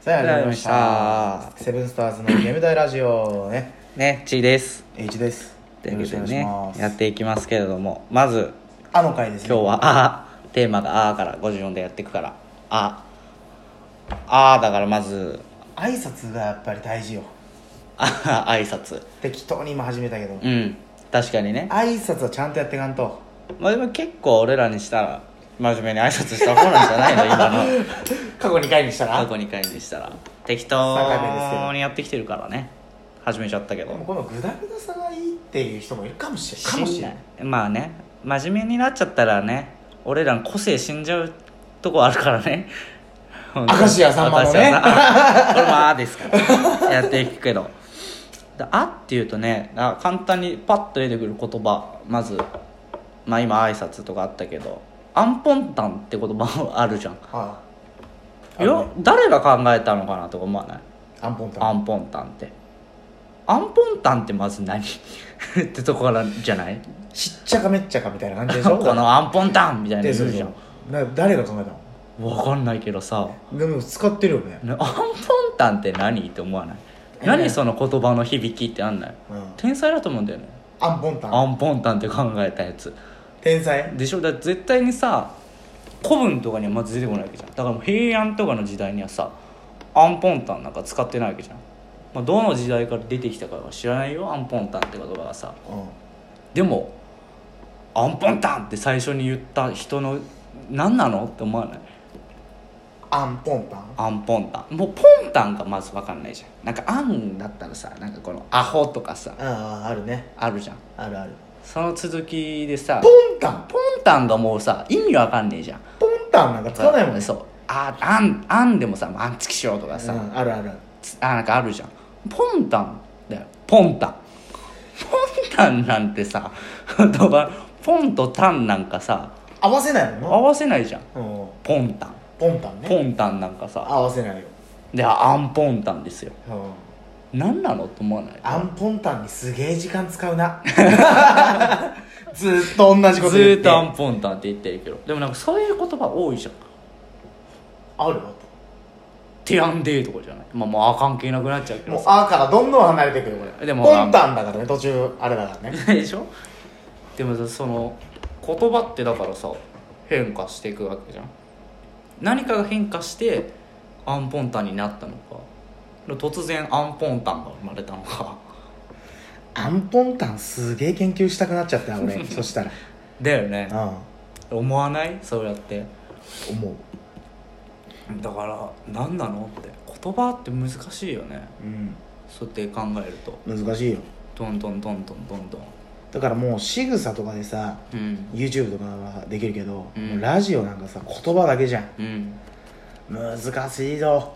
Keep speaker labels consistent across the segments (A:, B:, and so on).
A: さあ
B: ありがとうございました
A: セブンスターズのゲーム大ラジオね
B: ねちいです
A: 一です
B: ということで
A: よろし
B: ね
A: くお願いします
B: やっていきますけれどもまず
A: あの回ですね
B: 今日は「あ」テーマが「あ」から54でやっていくから「あ」「あ」だからまず
A: 挨拶がやっぱり大事よ
B: 「あ」挨拶
A: 適当に今始めたけど、
B: うん確かにね
A: 挨拶はちゃんとやっていかんと
B: まあでも結構俺らにしたら真面目に挨拶した方なんじゃない の今の
A: 過去2回にしたら
B: 過去
A: で
B: 2回にしたら適
A: 坂部ですけ
B: 当
A: ど
B: にやってきてるからね始めちゃったけど
A: もこのグダグダさがいいっていう人もいるかもしれないかも
B: し
A: し
B: ん
A: れ
B: な
A: ない
B: いまあね真面目になっちゃったらね俺らの個性死んじゃうとこあるからね
A: 明石家さんまのね
B: 明石家さんこれも「あ」ですからやっていくけど「であ」っていうとねあ簡単にパッと出てくる言葉まずまあ今挨拶とかあったけど「アンポンタン」って言葉もあるじゃん
A: ああ
B: いや誰が考えたのかなとか思わない
A: アンポンタン
B: アンポンタンってアンポンタンってまず何 ってとこからじゃない
A: しっちゃかめっちゃかみたいな感じでしょ
B: このアンポンタンみたいな
A: で
B: の
A: そ
B: 言
A: うそ
B: うじゃ
A: うんな誰が考えたの
B: わかんないけどさ
A: でも使ってるよね、
B: ねアンポンタンって何って思わない
A: え
B: 何その言葉の響きってあんない
A: うん、
B: 天才だと思うんだよね
A: アンポンタ
B: ア
A: ン
B: ンポンタンって考えたやつ
A: 天才
B: でしょだって絶対にさ古文とかにはまず出てこないわけじゃんだからもう平安とかの時代にはさアンポンタンなんか使ってないわけじゃん、まあ、どの時代から出てきたかは知らないよアンポンタンって言葉がさ
A: うん
B: でも「アンポンタン!」って最初に言った人の何なのって思わない
A: アンポンタン
B: アンポンタンもうポンタンがまず分かんないじゃんなんかアンだったらさなんかこのアホとかさ
A: あああるね
B: あるじゃん
A: あるある
B: その続きでさ
A: ポンタン
B: ポンタンがもうさ意味分かんねえじゃん
A: ポンタンなんか使わないもんね
B: そうあアンアンでもさアンチキしようとかさ、
A: うんあるあるある
B: つあなんかあるじゃんポンタンだよポンタンポンタンなんてさ言葉ポンとタンなんかさ
A: 合わせないも
B: 合
A: ん
B: わせないじゃん
A: なうん
B: ポンタン
A: ポンタンね
B: ポンタンなんかさ
A: 合わせないよ、
B: でアンポンタンですよ
A: うん、
B: 何なのと思わない
A: アンポンタンにすげえ時間使う なずーっと同じこと
B: ず
A: 言って
B: ーっとアンポンタンって言ってるけどでもなんかそういう言葉多いじゃん
A: ある
B: テアンデーとかじゃないまあまあ関係なくなっちゃうけど
A: もう
B: さ
A: あからどんどん離れていくよこれ
B: でも
A: ポンタンだからね途中あれだからね
B: でしょでもさその言葉ってだからさ変化していくわけじゃん何かが変化してアンポンタンになったのか突然アンポンタンが生まれたのか
A: アンポンタンすげえ研究したくなっちゃったな 俺そしたら
B: だよね
A: う
B: 思わないそうやって
A: ん思う
B: だから何なのって言葉って難しいよね
A: うん
B: そうやって考えると
A: 難しいよ
B: どんどんどんどんどんどん
A: だからもう仕草とかでさ
B: うん
A: YouTube とかはできるけど、
B: うん
A: もうラジオなんかさ言葉だけじゃん
B: うん
A: 難しいぞ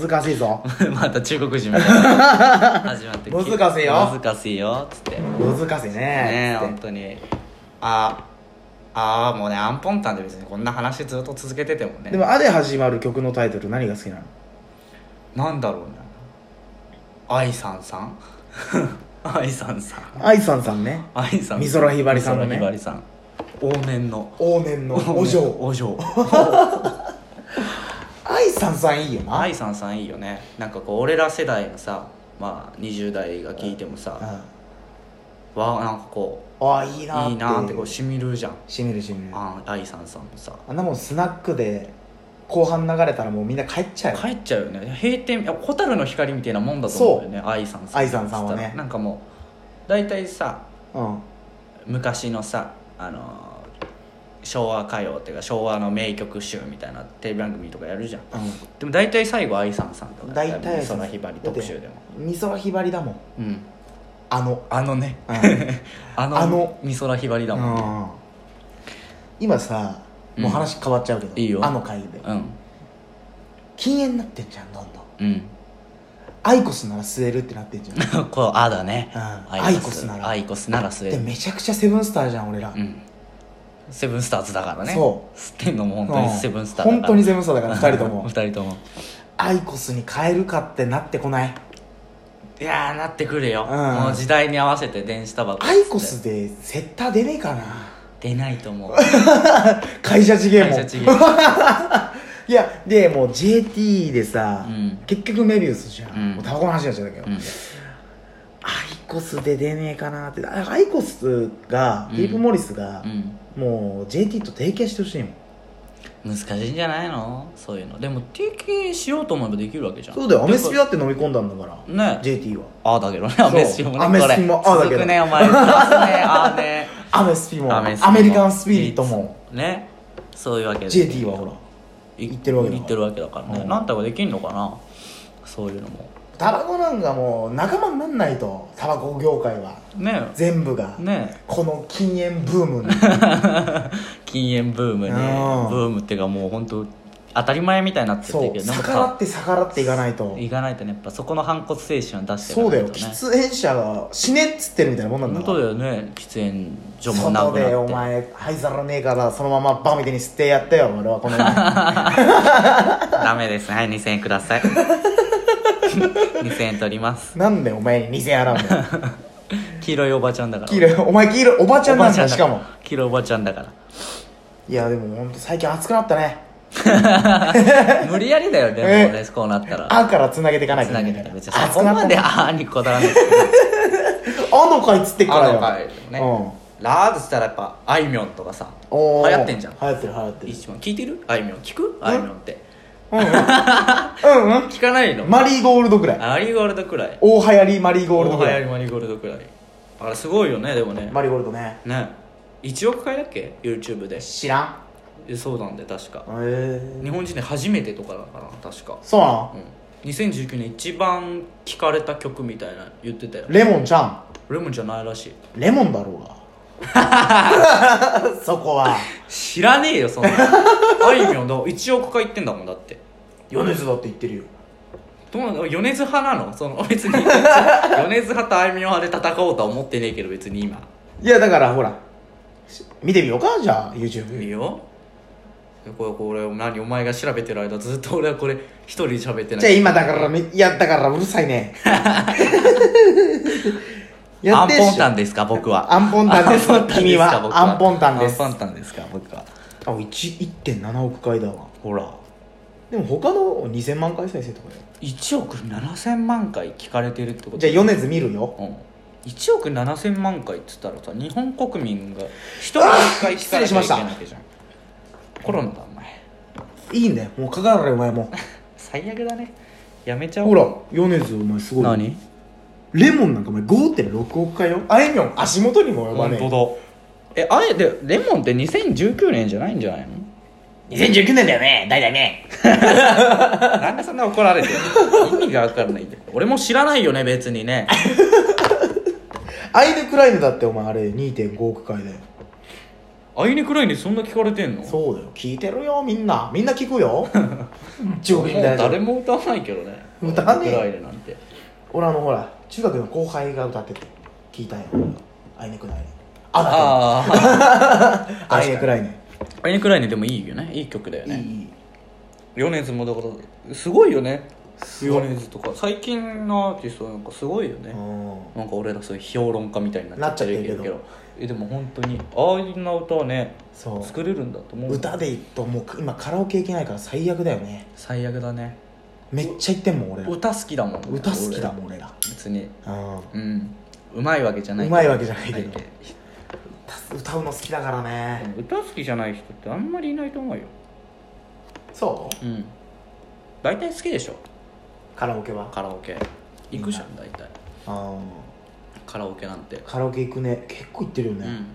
A: 難しいぞ
B: また中国人みたい な始まって
A: 難しいよ
B: 難しいよっつって
A: 難しいね
B: ねえ
A: つって
B: 本当にああーもうねアンポンタンで別にこんな話ずっと続けててもね
A: でも「あ」で始まる曲のタイトル何が好きなの
B: なんだろうね愛さんさん 愛さんさん
A: 愛さんさんね
B: 愛さん
A: 美空ひばりさんのね
B: 美空ひばりさん往年の
A: 往年のお嬢
B: お 嬢
A: 愛さんさんいいよな
B: 愛さんさんいいよねなんかこう俺ら世代のさまあ20代が聞いてもさわあなんかこ
A: うんあいいうなー
B: いいなーってこうしみるじゃん
A: しみるしみる
B: あー愛さんさんもさ
A: あんなもんスナックで後半流れたらもうみんな帰っちゃうよ
B: 帰っちゃうよね閉店いや蛍の光みたいなもんだと思うんだよね愛さんさん
A: 愛さんさんはね
B: なんかもう大体さ
A: うん
B: 昔のさあのー昭和歌謡っていうか昭和の名曲集みたいなテレビ番組とかやるじゃんでも大体最後愛さんさんとか
A: 大体愛さん
B: そのひばり特集でも
A: うん美空ひばりだもん
B: うん
A: あの
B: あのね
A: うん
B: あの
A: あの
B: 美空ひばりだもんね
A: うん今さもう話変わっちゃうけど、
B: うんいいよ
A: あの会で
B: うん
A: 禁煙になってんじゃんどんどん
B: うん
A: アイコスなら吸えるってなってんじゃん
B: こうあだね
A: うんアイコスなら
B: アイコスなら吸え
A: で
B: る
A: めちゃくちゃセブンスターじゃん俺ら、
B: うんセブンスターズだからね
A: そう
B: 吸ってんのも本当にセブンスター
A: う
B: だ
A: ん
B: か
A: 本
B: ら
A: 当にセブンスターだから2人とも
B: 2人とも
A: アイコスに変えるかってなってこない
B: いやーなってくるよ、
A: うん
B: もう時代に合わせて電子タバコ
A: アイコスでセッター出ねえかな
B: 出ないと思う
A: 会社違え
B: 会
A: も
B: 社
A: ん
B: 違う
A: いやでもう JT でさ、
B: うん
A: 結局メビウスじゃん、
B: うん
A: もうタバコの話になっちゃうんだけど、
B: うん
A: アイコスで出ねえかなってあアイコスが
B: うん
A: フィリップ・モリスが
B: う、ん
A: もう JT と提携してほしいもん
B: 難しいんじゃないのそういうのでも提携しようと思えばできるわけじゃん
A: そうだよアメスピ
B: だ
A: だって飲み込んだんだから、
B: ね
A: JT は
B: ああだけどねアメスピもね
A: アメスピもああだけど
B: 続くねお前プラスねああね
A: アメスピもア
B: スピも
A: メリカンスピリットも
B: ねそういうわけで
A: JT はほら
B: い
A: 言ってるわけだから
B: 言ってるわけだからね、
A: うん
B: なんとかできんのかなそういうのも
A: タバコなんかもう仲間になんないとタバコ業界は
B: ね
A: 全部が、
B: ね
A: この禁煙ブーム に
B: 禁煙ブームねブ
A: うん
B: ームっていうかもう本当当たり前みたいになって
A: そ
B: るけ
A: う
B: どなん
A: 逆ら
B: か
A: って逆らっていかないと
B: 行かないとねやっぱそこの反骨精神を出してい
A: そう
B: か
A: だ
B: ない
A: よ
B: とね
A: 喫煙者が死ねっつってるみたいなもんなんだ
B: 本
A: から
B: 当だよね喫煙所もな
A: 外
B: くなって
A: でお前灰皿ねえからそのままバカみたいに吸ってやったよ俺はこの 前
B: ダメですはい2000円ください 2000円取ります
A: なんでお前に2000円払うんだよ
B: 黄色いおばちゃんだから
A: 黄色いお前黄色いおばちゃんなんだよしかも
B: 黄色いおばちゃんだから
A: いやでもほんと最近暑くなったね
B: 無理やりだよね、
A: え
B: もうね、こうなったら。
A: あからつなげていかない
B: つ
A: と
B: な
A: ね
B: げてた別に
A: 暑
B: そ
A: く
B: こ
A: な
B: ま
A: っ
B: で
A: た
B: あーにこだわらない。
A: あのかいっつってっからよ
B: あの回ねラーズしたらやっぱ、あいみょんとかさ、
A: うん、おー
B: 流行ってんじゃん
A: 流行ってる流行ってる
B: 一番聞いてるあいみょん。聞くあいみょんって。
A: うんうん
B: 聞かないの
A: マリーゴールドくらい
B: マリーゴールドくらい。
A: 大流行りマリーゴールド
B: 大
A: く
B: 流
A: ら
B: 行
A: い
B: りマリーゴールドくらい。あれすごいよね、でもね。
A: マリーゴールドね
B: ね。1億回だっけ ?YouTube で。
A: 知らん
B: えそうなんで、確か。
A: え
B: 日本人で初めてとかだから、確か。
A: そうなの
B: うん。2019年一番聞かれた曲みたいな言ってたよ。
A: レモンちゃん
B: レモンじゃないらしい。
A: レモンだろう がそこは
B: 知らねえよそんな のあいみょんだ1億回言ってんだもんだって
A: 米津だって言ってるよ
B: どうなの米津派なのその 別に米津派とあいみょん派で戦おうとは思ってねえけど別に今
A: いやだからほらし見てみようかじゃあ
B: 見
A: YouTube
B: ようこれこれ何お前が調べてる間ずっと俺はこれ一人で喋ってな
A: じゃあ
B: い
A: 今だからみいやだからうるさい ねや
B: ア
A: っ
B: ン
A: てっしょ
B: ポンタンですか僕は
A: アンポンタンです
B: アンポンタン
A: 君
B: ですか
A: は
B: 僕
A: アンポンタンです
B: アンポンタンですか僕は
A: あ1 1.7億回だわ
B: ほら
A: でも他の2000万回再生とかだよ
B: 1億7000万回聞かれてるってこと
A: じゃあ米津見るよ
B: うん1億7000万回っつったらさ日本国民が一人1回聞かなきゃいけないわけじゃんコロナだお前
A: いいんだよもうかからないお前も
B: 最悪だねやめちゃおう
A: ほら米津お前すごいよ
B: 何
A: レモンなんかお前5.6億回よあいみょん足元にも及ばねえ
B: 本当だえあえてレモンって2019年じゃないんじゃないの
A: 2019年だよね大体ね
B: なんでそんな怒られてるの意味が分からないんだよ俺も知らないよね別にね
A: アイデクライネだってお前あれ2.5億回だよ
B: あいにくらいにそんな聞かれてんの
A: そうだよ聞いてるよみんなみんな聞くよ
B: も
A: 上
B: う
A: 品だ
B: 誰
A: よ
B: も歌わないけどね
A: 歌わねえ
B: アイヌクライネなんて
A: 俺あのほら中学の後輩が歌ってて聞いたよアイネクライネあだ
B: あ
A: け どアイネクライネ
B: あアイネクライネでもいいよねいい曲だよ
A: いい
B: ね
A: いい
B: 米津もだからすごいよね
A: すごい
B: 米津とか最近のアーティストなんかすごいよね、
A: う
B: なんか俺らそういう評論家みたいにな
A: な
B: っ
A: っ
B: ち
A: ち
B: ゃ
A: ゃ
B: っ
A: ってて
B: る
A: る
B: け
A: け
B: ど
A: ど
B: えでも本当にああいうな歌はね
A: そう
B: 作れるんだと思う
A: 歌で言うともう今カラオケ行けないから最悪だよね
B: 最悪だね
A: めっちゃ行ってんもん俺ら
B: 歌好きだもんね
A: 歌好きだもん
B: 俺
A: 俺ら
B: 別に
A: うん
B: うんうまいわけじゃないけ
A: う
B: ど
A: まいわけじゃないけど
B: だけ
A: 歌うの好きだからね
B: ど歌好きじゃない人ってあんまりいないと思うよ
A: そう
B: うん大体好きでしょ
A: カラオケは
B: カラオケ行くじゃん大体
A: あ
B: カラオケなんて
A: カラオケ行くね結構行ってるよ
B: う
A: ね、
B: ん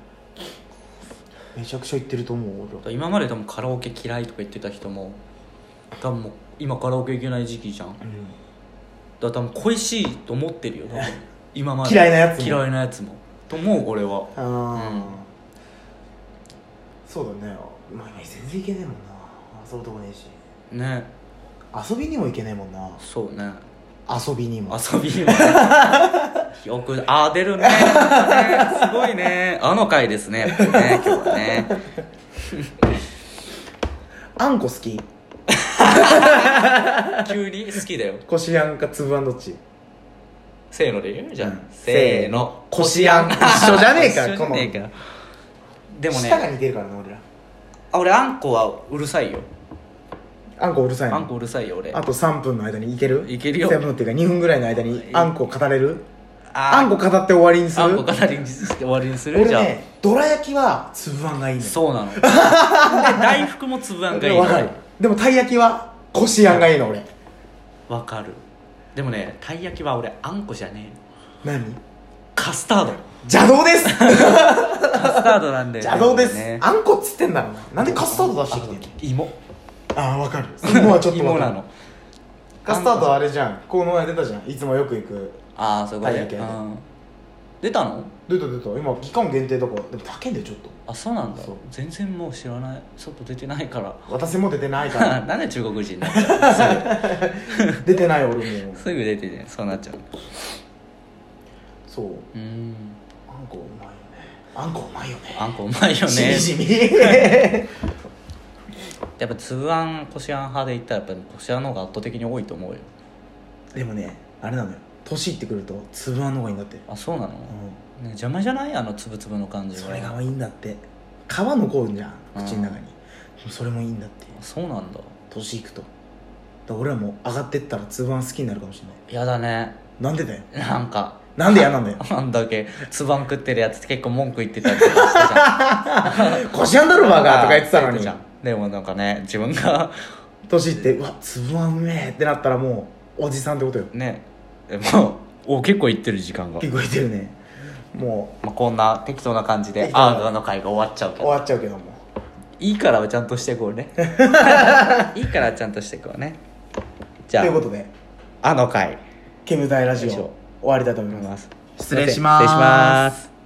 A: めちゃくちゃ行ってると思う俺
B: 今まででもカラオケ嫌いとか言ってた人も多分もう今カラオケ行けない時期じゃんだか
A: うん
B: ら多分恋しいと思ってるよ多分今まで
A: 嫌いなやつも
B: 嫌いなやつもと思う俺は
A: あー
B: うん
A: そうだねまあ今全然行けねえもんな遊ぶとこねえし
B: ね
A: 遊びにも行けねえもんな
B: そうね
A: 遊びにも
B: 遊びに もよくあー出るねねすごいねあの回ですねやっぱりね今日はね
A: あんこ好き
B: 急に好きだよ
A: こしあんかつぶあんどっち
B: せーので言うじゃ
A: うん
B: んせーの
A: こしあん一緒じゃねえか
B: 一緒じゃねえかで
A: で
B: も
A: 舌が
B: ね
A: 似てるからな俺ら
B: あ俺あんこはうるさいよ
A: あんこうるさい
B: あ
A: の
B: んこうるさいよ俺
A: あと3分の間にいける
B: いけるよ
A: 3分っていうか2分ぐらいの間にあんこ語れる
B: あ
A: あんこ語って終わりにする
B: あんこからリンして終わりにする
A: 俺
B: じゃ
A: ねどら焼きは粒あんがいい
B: あ
A: ね
B: そ うなので大福も粒あんがいいの
A: わかるでもたい焼きはこしあんがいいの俺
B: わかるでもねたい焼きは俺あんこじゃねえ
A: 何
B: カスタード
A: 邪道 です
B: カスタードなんだよね
A: 邪道です、
B: ね
A: あんこっつってんだろななんでカスタード出してきてんの
B: 芋
A: ああわかる芋はちょっとわ
B: 芋
A: か
B: な
A: る
B: の
A: カスタードあれじゃんこの前出たじゃんいつもよく行く
B: ああそういうこと
A: たい焼き
B: う
A: 屋で
B: ん出たの
A: 出た出た今期間限定だからでも高いんだよちょっと
B: あそうなんだ
A: そう
B: 全然もう知らない外出てないから
A: 私も出てないから
B: なんで中国人になっちゃうの
A: 出てない俺も
B: すぐすぐ出てねそうなっちゃう
A: そう
B: うーん
A: あんこうまいよねあんこうまいよね
B: あんこうまいよ
A: しみ
B: ね
A: じみ
B: やっぱ粒あんこしあん派で言ったらやっぱこしあんの方が圧倒的に多いと思うよ
A: でもねあれなのよ年いってくると粒あんの方がいいんだって、
B: あそうなの、ね
A: う
B: 邪魔じゃないあの粒々の感
A: ん、
B: じは
A: それがいいんだって皮残るんじゃん
B: うん
A: 口の中に、それもいいんだって
B: そうなんだ
A: 年いくとだから俺はもう上がってったら粒あん好きになるかもしれない
B: やだね
A: なんでだよ
B: なんか
A: なんで嫌 なんだよ
B: なんだっけ粒あん食ってるやつって結構文句言ってたりとかしてた
A: こしあんだろ バカとか言ってたのに
B: 言ってたでもなんかね自分が
A: 年いってうわ粒あんうめえってなったらもうおじさんってことよ
B: ねもうお結構言ってる時間が、
A: 結構いてるねも
B: まあ、こんな適当な感じで
A: 適当
B: アーガの会が終わっちゃう
A: う
B: け
A: 終
B: ど
A: わっちゃうけども
B: いいからはちゃんとしていこう ねいいからはちゃんとしていこうねじ
A: と
B: ゃ
A: いうこ
B: あ
A: とで
B: あの会
A: 煙たいラジオ
B: よいし
A: 終
B: ょ
A: わりたいと思います
B: ます
A: 失礼します
B: 失礼します